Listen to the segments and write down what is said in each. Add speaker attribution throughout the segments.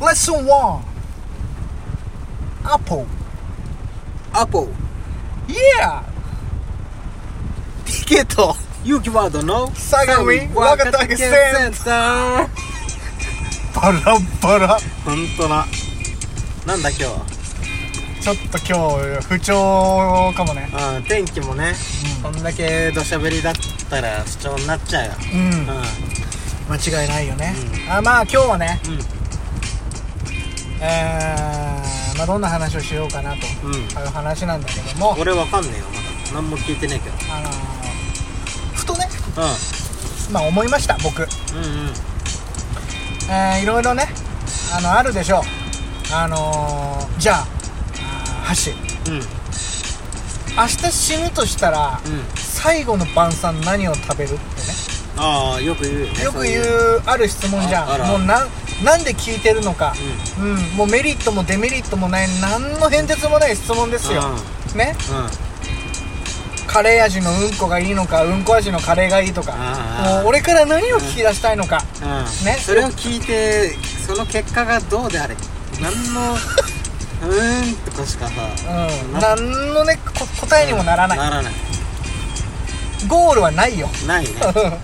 Speaker 1: Lesson one. Apple.
Speaker 2: Apple.
Speaker 1: Yeah.
Speaker 2: ティケット。勇気ワードの
Speaker 1: 相模若竹セン
Speaker 2: ター。
Speaker 1: バラバラ。
Speaker 2: ほんとな。なんだ今日は。
Speaker 1: ちょっと今日不調かもね。
Speaker 2: うん、天気もね、
Speaker 1: う
Speaker 2: こんだけ土砂降りだったら不調になっちゃうよ。
Speaker 1: うん
Speaker 2: うん。
Speaker 1: 間違いないよね。あまあ今日はね、
Speaker 2: うん
Speaker 1: えー、まあどんな話をしようかなと
Speaker 2: うん。
Speaker 1: いう話なんだけども、
Speaker 2: 俺わかんねえよ、まだ。何も聞いてねえけど。
Speaker 1: あのーふとね、
Speaker 2: う
Speaker 1: まあ思いました僕。
Speaker 2: ん。うんうん。
Speaker 1: えー、いろいろねあのあるでしょうあのー、じゃああー箸
Speaker 2: うん。
Speaker 1: 明日死ぬとしたら、
Speaker 2: うん。
Speaker 1: 最後の晩餐何を食べるってね
Speaker 2: ああ、よく言うよね。
Speaker 1: よく
Speaker 2: そうい
Speaker 1: 言う
Speaker 2: う。
Speaker 1: ある質問じゃ
Speaker 2: ああるあ
Speaker 1: ん
Speaker 2: る
Speaker 1: もうなんなんで聞いてるのか、うんもうメリットもデメリットもない何の変哲もない質問ですよ、ね
Speaker 2: うん。うん。
Speaker 1: カレー味のうんこがいいのかうんこ味のカレーがいいとか
Speaker 2: あー
Speaker 1: もう俺から何を聞き出したいのか、
Speaker 2: うん
Speaker 1: ね
Speaker 2: それを聞いてその結果がどうであれ 何のうーんとかしかさ
Speaker 1: うん、
Speaker 2: な
Speaker 1: 何のねこ答えにもならない、
Speaker 2: ならない
Speaker 1: ゴールはないよ
Speaker 2: ないね
Speaker 1: うん
Speaker 2: う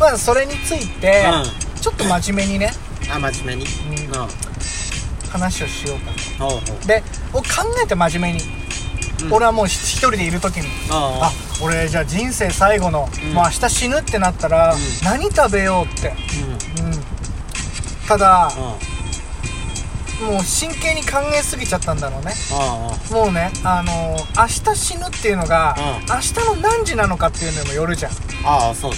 Speaker 1: まあそれについて、ちょっと真面目にね
Speaker 2: んあ真面目に
Speaker 1: うん
Speaker 2: うん
Speaker 1: 話をしようかな
Speaker 2: おうおう
Speaker 1: で俺考えて真面目に、
Speaker 2: うん
Speaker 1: 俺はもう一人でいる時に
Speaker 2: おう
Speaker 1: あ俺じゃあ人生最後の、
Speaker 2: うん
Speaker 1: もう明日死ぬってなったら、
Speaker 2: うん
Speaker 1: 何食べようって、
Speaker 2: うん
Speaker 1: うん、ただ、
Speaker 2: おう
Speaker 1: もう真剣に考えすぎちゃったんだろうね
Speaker 2: おうおう
Speaker 1: もうねあのー明日死ぬっていうのが、
Speaker 2: うん
Speaker 1: 明日の何時なのかっていうのにもよるじゃん、
Speaker 2: ああそう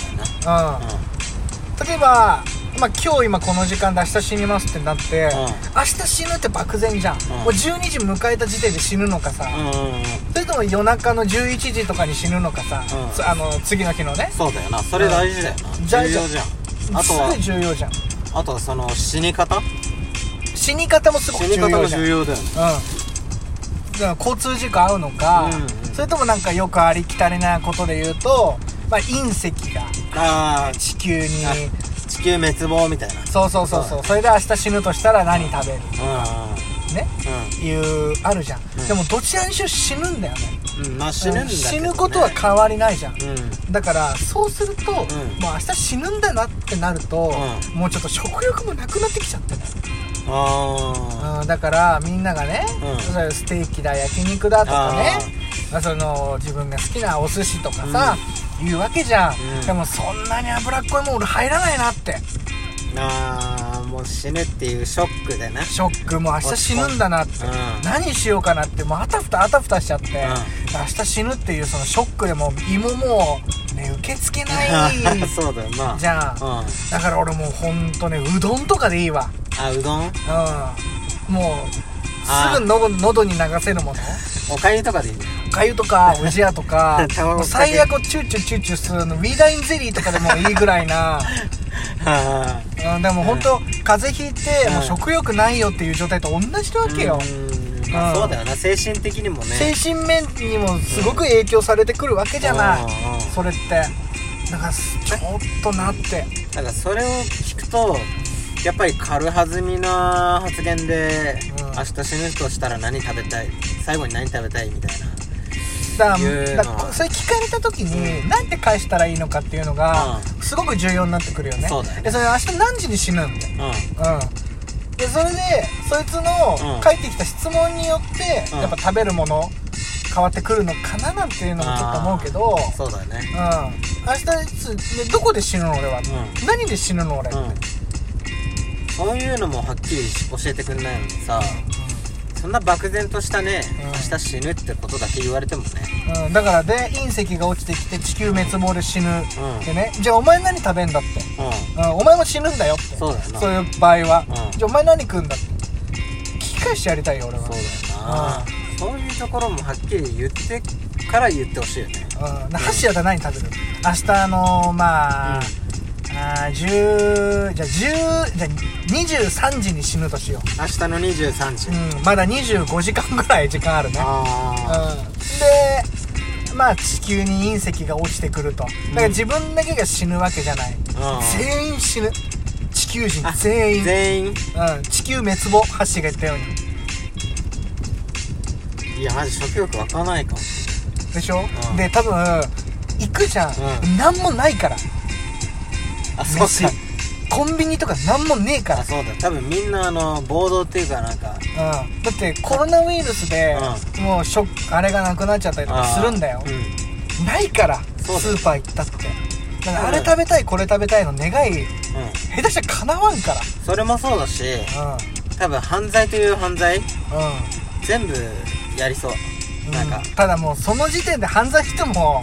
Speaker 2: だな
Speaker 1: うん例えば、まあ、今日今この時間で明日死にますってなって、
Speaker 2: うん
Speaker 1: 明日死ぬって漠然じゃん、
Speaker 2: ん
Speaker 1: もう12時迎えた時点で死ぬのかさ、
Speaker 2: うんうんうんうん
Speaker 1: それとも夜中の11時とかに死ぬのかさ、
Speaker 2: うん
Speaker 1: つあの次の日のね
Speaker 2: そうだよなそれ大事だよ
Speaker 1: うん
Speaker 2: な
Speaker 1: 大
Speaker 2: 重
Speaker 1: 事
Speaker 2: 要じゃんあ
Speaker 1: す
Speaker 2: とは
Speaker 1: ごい重要じゃん
Speaker 2: あとはその死に方
Speaker 1: 死に方もすご
Speaker 2: 死
Speaker 1: く
Speaker 2: に
Speaker 1: 重
Speaker 2: 方
Speaker 1: 要
Speaker 2: も
Speaker 1: じゃん
Speaker 2: 重要だよね
Speaker 1: うんだから交通事故合うのか、
Speaker 2: うんうん
Speaker 1: それともなんかよくありきたりなことで言うと、まあ、隕石が
Speaker 2: ああ
Speaker 1: 地球に
Speaker 2: あ地球滅亡みたいな
Speaker 1: そうそうそうそうそれで明日死ぬとしたら何食べる
Speaker 2: う
Speaker 1: ねいうあるじゃん、
Speaker 2: うん
Speaker 1: でもどちらにしろ死ぬんだよね
Speaker 2: んうんうんまあ死ぬんだけどね
Speaker 1: 死ぬことは変わりないじゃん
Speaker 2: うん
Speaker 1: だからそうすると、もう明日死ぬんだなってなると、
Speaker 2: う
Speaker 1: もうちょっと食欲もなくなってきちゃってね、
Speaker 2: あ
Speaker 1: うん、だからみんながね、
Speaker 2: うん
Speaker 1: それステーキだ焼肉だとかね
Speaker 2: あ
Speaker 1: まあその自分が好きなお寿司とかさ、言うわけじゃん、
Speaker 2: うん
Speaker 1: でもそんなに脂っこいもん俺入らないなって
Speaker 2: ーあーもう死ぬっていうショックでな
Speaker 1: ショックもう明日死ぬんだなって
Speaker 2: うん
Speaker 1: 何しようかなってもうあたふたあたふたしちゃって、
Speaker 2: ん
Speaker 1: 明日死ぬっていうそのショックでもう胃ももうね受け付けない
Speaker 2: そうだよな
Speaker 1: じゃ
Speaker 2: うんん
Speaker 1: だから俺もうほんとねうどんとかでいいわ
Speaker 2: あうどん
Speaker 1: うんもう
Speaker 2: あー
Speaker 1: すぐの喉に流せるもの
Speaker 2: おかゆとかでいいね
Speaker 1: かゆと かおじやとか
Speaker 2: 卵かけ
Speaker 1: もう最悪をチューチューチューチューするのウィダインゼリーとかでもいいぐらい な、
Speaker 2: は
Speaker 1: うん、でもほんと風邪ひいて、
Speaker 2: うん
Speaker 1: もう食欲ないよっていう状態と同じなわけよ、うん
Speaker 2: そうだよな精神的にもね
Speaker 1: 精神面にもすごく影響されてくるわけじゃない、
Speaker 2: うんうん
Speaker 1: それってだからちょっとなって
Speaker 2: だからそれを聞くとやっぱり軽はずみな発言で、
Speaker 1: うん
Speaker 2: 明日死ぬとしたら何食べたい最後に何食べたいみたいな
Speaker 1: だか
Speaker 2: 言う
Speaker 1: ら
Speaker 2: な
Speaker 1: だからそれ聞かれた時に何て返したらいいのかっていうのがすごく重要になってくるよね
Speaker 2: そうだよね
Speaker 1: でそれ明日何時に死ぬんだよ
Speaker 2: うん
Speaker 1: うんでそれでそいつの
Speaker 2: うん
Speaker 1: 返ってきた質問によって、
Speaker 2: うん
Speaker 1: やっぱ食べるもの変わってくるのかななんていうのもちょっと思うけど
Speaker 2: そうだよね
Speaker 1: うん明日いつでどこで死ぬの俺は、
Speaker 2: う
Speaker 1: 何で死ぬの俺って、
Speaker 2: うんそういうのもはっきり教えてくれないのにさそんな漠然としたね、
Speaker 1: うん
Speaker 2: 明日死ぬってことだけ言われてもね
Speaker 1: うん、だからで隕石が落ちてきて地球滅亡で死ぬ、
Speaker 2: うん
Speaker 1: でねじゃあお前何食べんだって、
Speaker 2: う
Speaker 1: うん、お前も死ぬんだよって
Speaker 2: そうだよな
Speaker 1: いう場合は、
Speaker 2: うん
Speaker 1: じゃあお前何食うんだって聞き返してやりたいよ俺は
Speaker 2: んそうだよな、そういうところもはっきり言ってから言ってほしいよね
Speaker 1: うん、箸やったら何食べる明日あのまあ、
Speaker 2: うん
Speaker 1: あー10じゃあ10じゃあ23時に死ぬとしよ
Speaker 2: 明日の23時、
Speaker 1: う、うん、まだ25時間ぐらい時間あるね
Speaker 2: あ
Speaker 1: うんでまあ地球に隕石が落ちてくるとだから自分だけが死ぬわけじゃない、
Speaker 2: あ
Speaker 1: 全員死ぬ地球人全員
Speaker 2: 全員
Speaker 1: うん、地球滅亡ハッシーが言ったように
Speaker 2: いやマジ食欲湧かないかも
Speaker 1: でしょ、
Speaker 2: うん
Speaker 1: で多分行くじゃん、
Speaker 2: うん
Speaker 1: なん、何もないから
Speaker 2: あそう
Speaker 1: 飯
Speaker 2: だ
Speaker 1: コンビニとか何もねえか
Speaker 2: あそうだ多分みんなあの暴動っていうかなんか
Speaker 1: ら、うん、だってコロナウイルスで、もうショックあれがなくなっちゃったりとかするんだよ
Speaker 2: あーうん
Speaker 1: ないからス
Speaker 2: そうだよ
Speaker 1: ーパー行ったってだからあ
Speaker 2: うん
Speaker 1: れ食べたいこれ食べたいの願い
Speaker 2: うん
Speaker 1: 下手したら叶わんか
Speaker 2: それもそうだし
Speaker 1: ら
Speaker 2: 多分犯罪という犯罪
Speaker 1: うんうん
Speaker 2: 全部やりそう
Speaker 1: う
Speaker 2: なんか
Speaker 1: ただもうその時点で犯罪しても
Speaker 2: う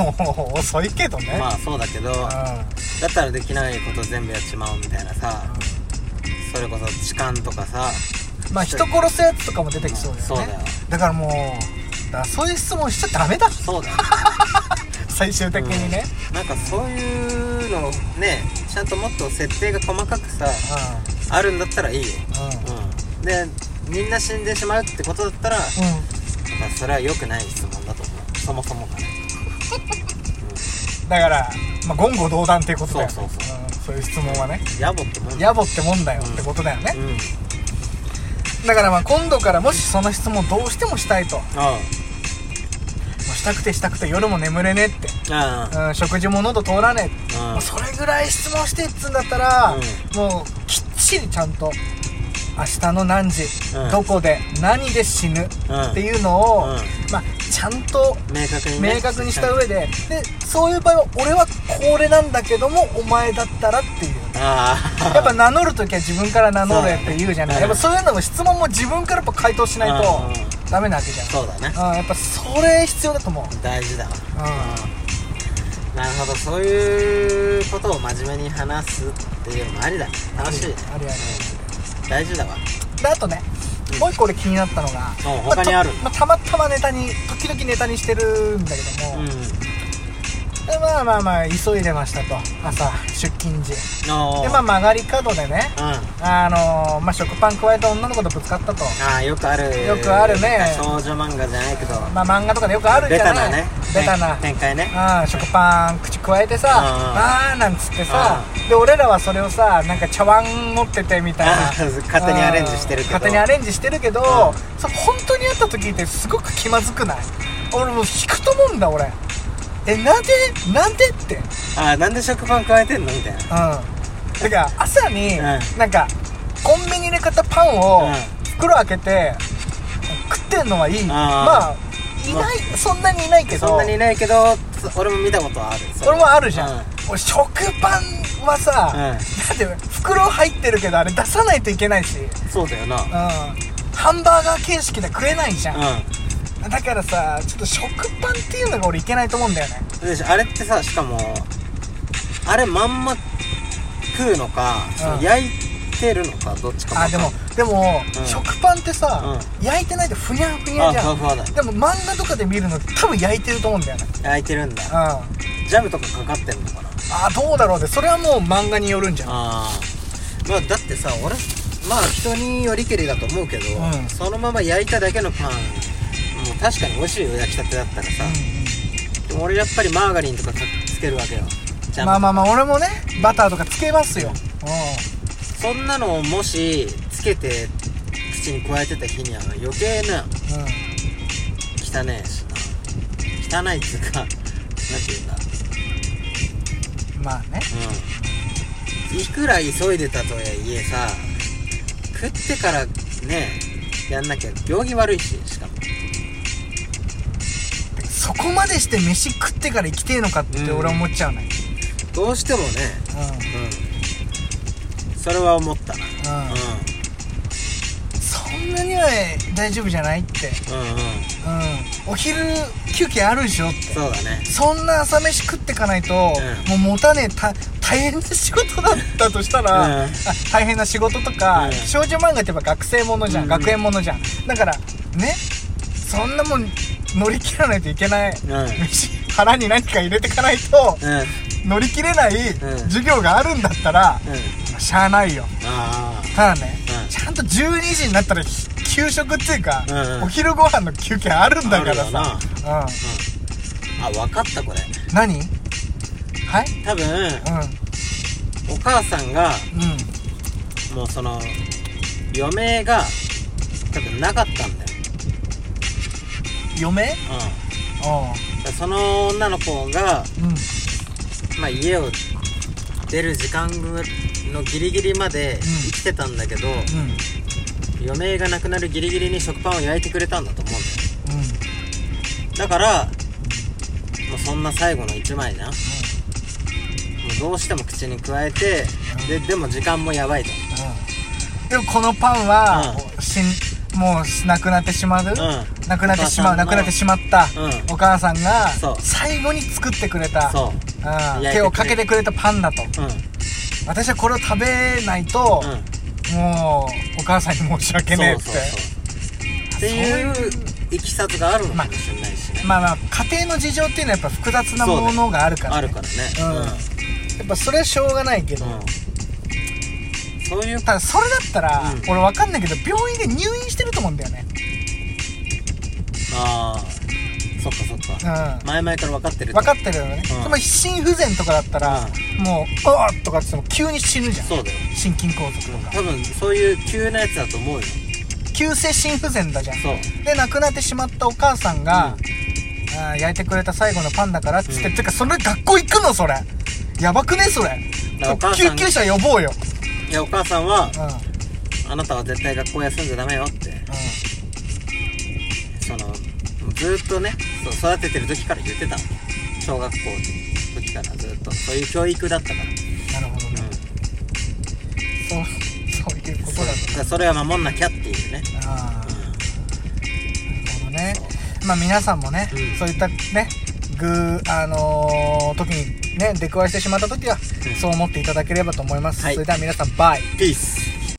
Speaker 1: もう遅いけどね
Speaker 2: んまあそうだけどだったらできないこと全部やっちまおうみたいなさそれこそ痴漢とかさ
Speaker 1: うんまあ人殺すやつとかも出てきそうだ
Speaker 2: そう
Speaker 1: よね
Speaker 2: だよ
Speaker 1: だからもうだからそういう質問しちゃダメだ
Speaker 2: そうだよ
Speaker 1: 最終的にね
Speaker 2: なんかそういうのをねちゃんともっと設定が細かくさあるんだったらいいよ
Speaker 1: うんうん
Speaker 2: うんでみんな死んでしまうってことだったらまあそれは良くない質問だと思うそもそもがね
Speaker 1: だからまあ言語道断っていうことだよね
Speaker 2: そうそうそ
Speaker 1: うんそういう質問はね
Speaker 2: 野暮ってもんだよ
Speaker 1: 野暮ってもんだよってことだよね
Speaker 2: うん
Speaker 1: だからまあ今度からもしその質問どうしてもしたいとも
Speaker 2: あ
Speaker 1: うしたくてしたくて夜も眠れねえって、
Speaker 2: ああ
Speaker 1: うん、食事も喉通らねえって、
Speaker 2: あ
Speaker 1: もうそれぐらい質問してっつうんだったら、もうきっちりちゃんと明日の何時、
Speaker 2: うん
Speaker 1: どこで何で死ぬ
Speaker 2: うん
Speaker 1: っていうのを、
Speaker 2: うん
Speaker 1: まあ、ちゃんと
Speaker 2: 明確に、ね、
Speaker 1: 明確にした上ででそういう場合は俺はこれなんだけどもお前だったらっていう
Speaker 2: ああ
Speaker 1: やっぱ名乗るときは自分から名乗れって言うじゃない、
Speaker 2: そうだね
Speaker 1: やっぱそういうのも質問も自分からやっぱ回答しない
Speaker 2: うんうん
Speaker 1: とダメなわけじゃん
Speaker 2: そうだね
Speaker 1: うんやっぱそれ必要だと思う
Speaker 2: 大事だわ
Speaker 1: う
Speaker 2: なるほどそういうことを真面目に話すっていうのもありだね楽しいね
Speaker 1: ありありあ
Speaker 2: うん大事だわ
Speaker 1: んであとねもう一個俺気になったのが、
Speaker 2: うん他にある
Speaker 1: まあとまあたまたまネタに時々ネタにしてるんだけども、
Speaker 2: うん
Speaker 1: でまあまあまあ急いでましたと朝出勤時
Speaker 2: の
Speaker 1: でまあ曲がり角でね
Speaker 2: うん
Speaker 1: あのーまあ食パン加えた女の子とぶつかったと
Speaker 2: ああよくある
Speaker 1: よくあるね
Speaker 2: 少女漫画じゃないけど
Speaker 1: まあ漫画とかでよくあるじ
Speaker 2: ベ
Speaker 1: ゃ
Speaker 2: タ
Speaker 1: な
Speaker 2: ないね
Speaker 1: ベタな、
Speaker 2: 展展開ね
Speaker 1: うん、食パン口加えてさ
Speaker 2: うん
Speaker 1: あーなんつってさで俺らはそれをさなんか茶碗持っててみたいな
Speaker 2: あー勝手にアレンジしてるけ
Speaker 1: うん
Speaker 2: ど
Speaker 1: 勝手にアレンジしてるけど、
Speaker 2: う
Speaker 1: それ本当にあった時ってすごく気まずくない俺もう引くと思うんだ俺えなんでなんでってうん
Speaker 2: ああなんで食パン加えてんのみたいな
Speaker 1: てか朝に、
Speaker 2: うん
Speaker 1: なんかコンビニで買ったパンを
Speaker 2: うん
Speaker 1: 袋開けて食ってんのはいいま
Speaker 2: あ
Speaker 1: あいない、そんなにいないけど
Speaker 2: そんなにいないけど俺も見たことはあるそれ
Speaker 1: 俺もあるじゃん、
Speaker 2: うん
Speaker 1: 俺食パンはさ、
Speaker 2: うん
Speaker 1: だって袋入ってるけどあれ出さないといけないし、うん、
Speaker 2: そうだよな
Speaker 1: ハンバーガー形式で食えないじゃん、
Speaker 2: う
Speaker 1: だからさちょっと食パンっていうのが俺いけないと思うんだよね
Speaker 2: んでしあれってさしかもあれまんま食うのか、その
Speaker 1: うん
Speaker 2: 焼いてるのかどっちか
Speaker 1: あ
Speaker 2: わ
Speaker 1: で
Speaker 2: かんない
Speaker 1: もでも、
Speaker 2: うん
Speaker 1: 食パンってさ、焼いてないとふにゃふにゃ
Speaker 2: あ
Speaker 1: じ
Speaker 2: ふ
Speaker 1: ゃ
Speaker 2: わ
Speaker 1: ん
Speaker 2: ふわだ
Speaker 1: でも漫画とかで見るの多分焼いてると思うんだよね
Speaker 2: 焼いてるんだ
Speaker 1: うんあ
Speaker 2: ジャムとかかかってんのかな
Speaker 1: ーどうだろうでそれはもう漫画によるんじゃん
Speaker 2: ああまあだってさ俺まあ人によりけりだと思うけど、
Speaker 1: うん
Speaker 2: そのまま焼いただけのパンもう確かに美味しいよ焼きたてだったらさ、でも俺やっぱりマーガリンとかかつけるわけよジャム
Speaker 1: まあまあまあ俺もねバターとかつけますよ、うん
Speaker 2: そんなのをもしつけて口に加えてた日には余計な
Speaker 1: う
Speaker 2: 汚ねえしな汚いっつうかなんていうんだ
Speaker 1: ん、まあね
Speaker 2: うんいくら急いでたとはいえさ食ってからねやんなきゃ行儀悪いししかも
Speaker 1: そこまでして飯食ってから生きてえのかって俺は思っちゃうね
Speaker 2: どうしてもね
Speaker 1: うん、
Speaker 2: うんそれは思った
Speaker 1: う
Speaker 2: な
Speaker 1: ん
Speaker 2: う
Speaker 1: そんなには大丈夫じゃないって、
Speaker 2: んうんうん
Speaker 1: うん、お昼休憩あるでしょって
Speaker 2: そうだね
Speaker 1: そんな朝飯食ってかないと、
Speaker 2: う
Speaker 1: もう持たねえた大変な仕事だったとしたら、
Speaker 2: う
Speaker 1: あ
Speaker 2: ん
Speaker 1: 大変な仕事とか、
Speaker 2: うん
Speaker 1: 少女漫画ってやっぱ学生ものじゃん、
Speaker 2: うん
Speaker 1: 学園ものじゃんだからねそんなもん乗り切らないといけない、
Speaker 2: うん
Speaker 1: 飯腹に何か入れてかないと
Speaker 2: うんうん
Speaker 1: 乗り切れない
Speaker 2: うん
Speaker 1: 授業があるんだったら、しゃあないよ
Speaker 2: あ
Speaker 1: ただね、
Speaker 2: うん
Speaker 1: ちゃんと12時になったらひ給食っていうか、
Speaker 2: うんうん
Speaker 1: お昼ご飯の休憩あるんだから
Speaker 2: あるよな
Speaker 1: さうん
Speaker 2: ああ分かったこれ
Speaker 1: 何はい
Speaker 2: 多分
Speaker 1: うん
Speaker 2: お母さんが
Speaker 1: うん
Speaker 2: もうその余命が多分なかったんだよ、
Speaker 1: 嫁
Speaker 2: うん、だか
Speaker 1: ああ
Speaker 2: らその女の子が、
Speaker 1: うん
Speaker 2: まあ、家を出る時間のギリギリまで生きてたんだけど、
Speaker 1: うんうん
Speaker 2: 余命がなくなるギリギリに食パンを焼いてくれたんだと思うんだよだからもうそんな最後の1枚なもうどうしても口に加えてででも時間もやばいと
Speaker 1: でもこのパンは、
Speaker 2: う
Speaker 1: しんもうなくなってしまう、
Speaker 2: う
Speaker 1: なくなってしまう
Speaker 2: お母さんの
Speaker 1: なくなってしまった、
Speaker 2: う
Speaker 1: お母さんが
Speaker 2: そう
Speaker 1: 最後に作ってくれた
Speaker 2: そう
Speaker 1: うん
Speaker 2: 焼いてくれ
Speaker 1: 手をかけてくれたパンだと
Speaker 2: うん
Speaker 1: 私はこれを食べないと、
Speaker 2: うん
Speaker 1: もうお母さんに申し訳ねえって
Speaker 2: そうそうそうっていういきさつがあるのかもしれないしね、
Speaker 1: まあまあ家庭の事情っていうのはやっぱ複雑なものがあるから、ね
Speaker 2: あるからね
Speaker 1: やっぱそれはしょうがないけど、
Speaker 2: うん、うんそういう
Speaker 1: ただそれだったら、
Speaker 2: うん
Speaker 1: 俺わかんないけど病院で入院してると思うんだよね
Speaker 2: ああそっかそっ
Speaker 1: う
Speaker 2: か、
Speaker 1: ん
Speaker 2: 前々から分かってる
Speaker 1: 分か
Speaker 2: っ
Speaker 1: ってるよね、
Speaker 2: うん
Speaker 1: でも心不全とかだったら、もう「あーっ!」とかって言っても急に死ぬじゃん
Speaker 2: そうだよ
Speaker 1: 心筋梗塞とか
Speaker 2: 多分そういう急なやつだと思うよ
Speaker 1: 急性心不全だじゃん
Speaker 2: そう
Speaker 1: で亡くなってしまったお母さんが、あー焼いてくれた最後のパンだからっつって、
Speaker 2: うん
Speaker 1: てかそれ学校行くのそれやばくねそれ
Speaker 2: だからお母さ
Speaker 1: 救
Speaker 2: ん
Speaker 1: 急車呼ぼうよ、
Speaker 2: いやお母さんは
Speaker 1: うんうん、
Speaker 2: あなたは絶対学校休んじゃダメよってそのずーっとねそう育ててる時から言ってたの小学校の時からずっとそういう教育だったから、う
Speaker 1: なるほどね、
Speaker 2: ん、
Speaker 1: そうそういうことだと
Speaker 2: そうそれは守んなきゃっていうね、
Speaker 1: ああ
Speaker 2: う
Speaker 1: なるほどねまあ皆さんもね、
Speaker 2: うん
Speaker 1: そういったねぐーあのー時にね出くわしてしまった時は、
Speaker 2: うん
Speaker 1: そう思っていただければと思います、
Speaker 2: はい
Speaker 1: それでは皆さんバイ
Speaker 2: ん、ピース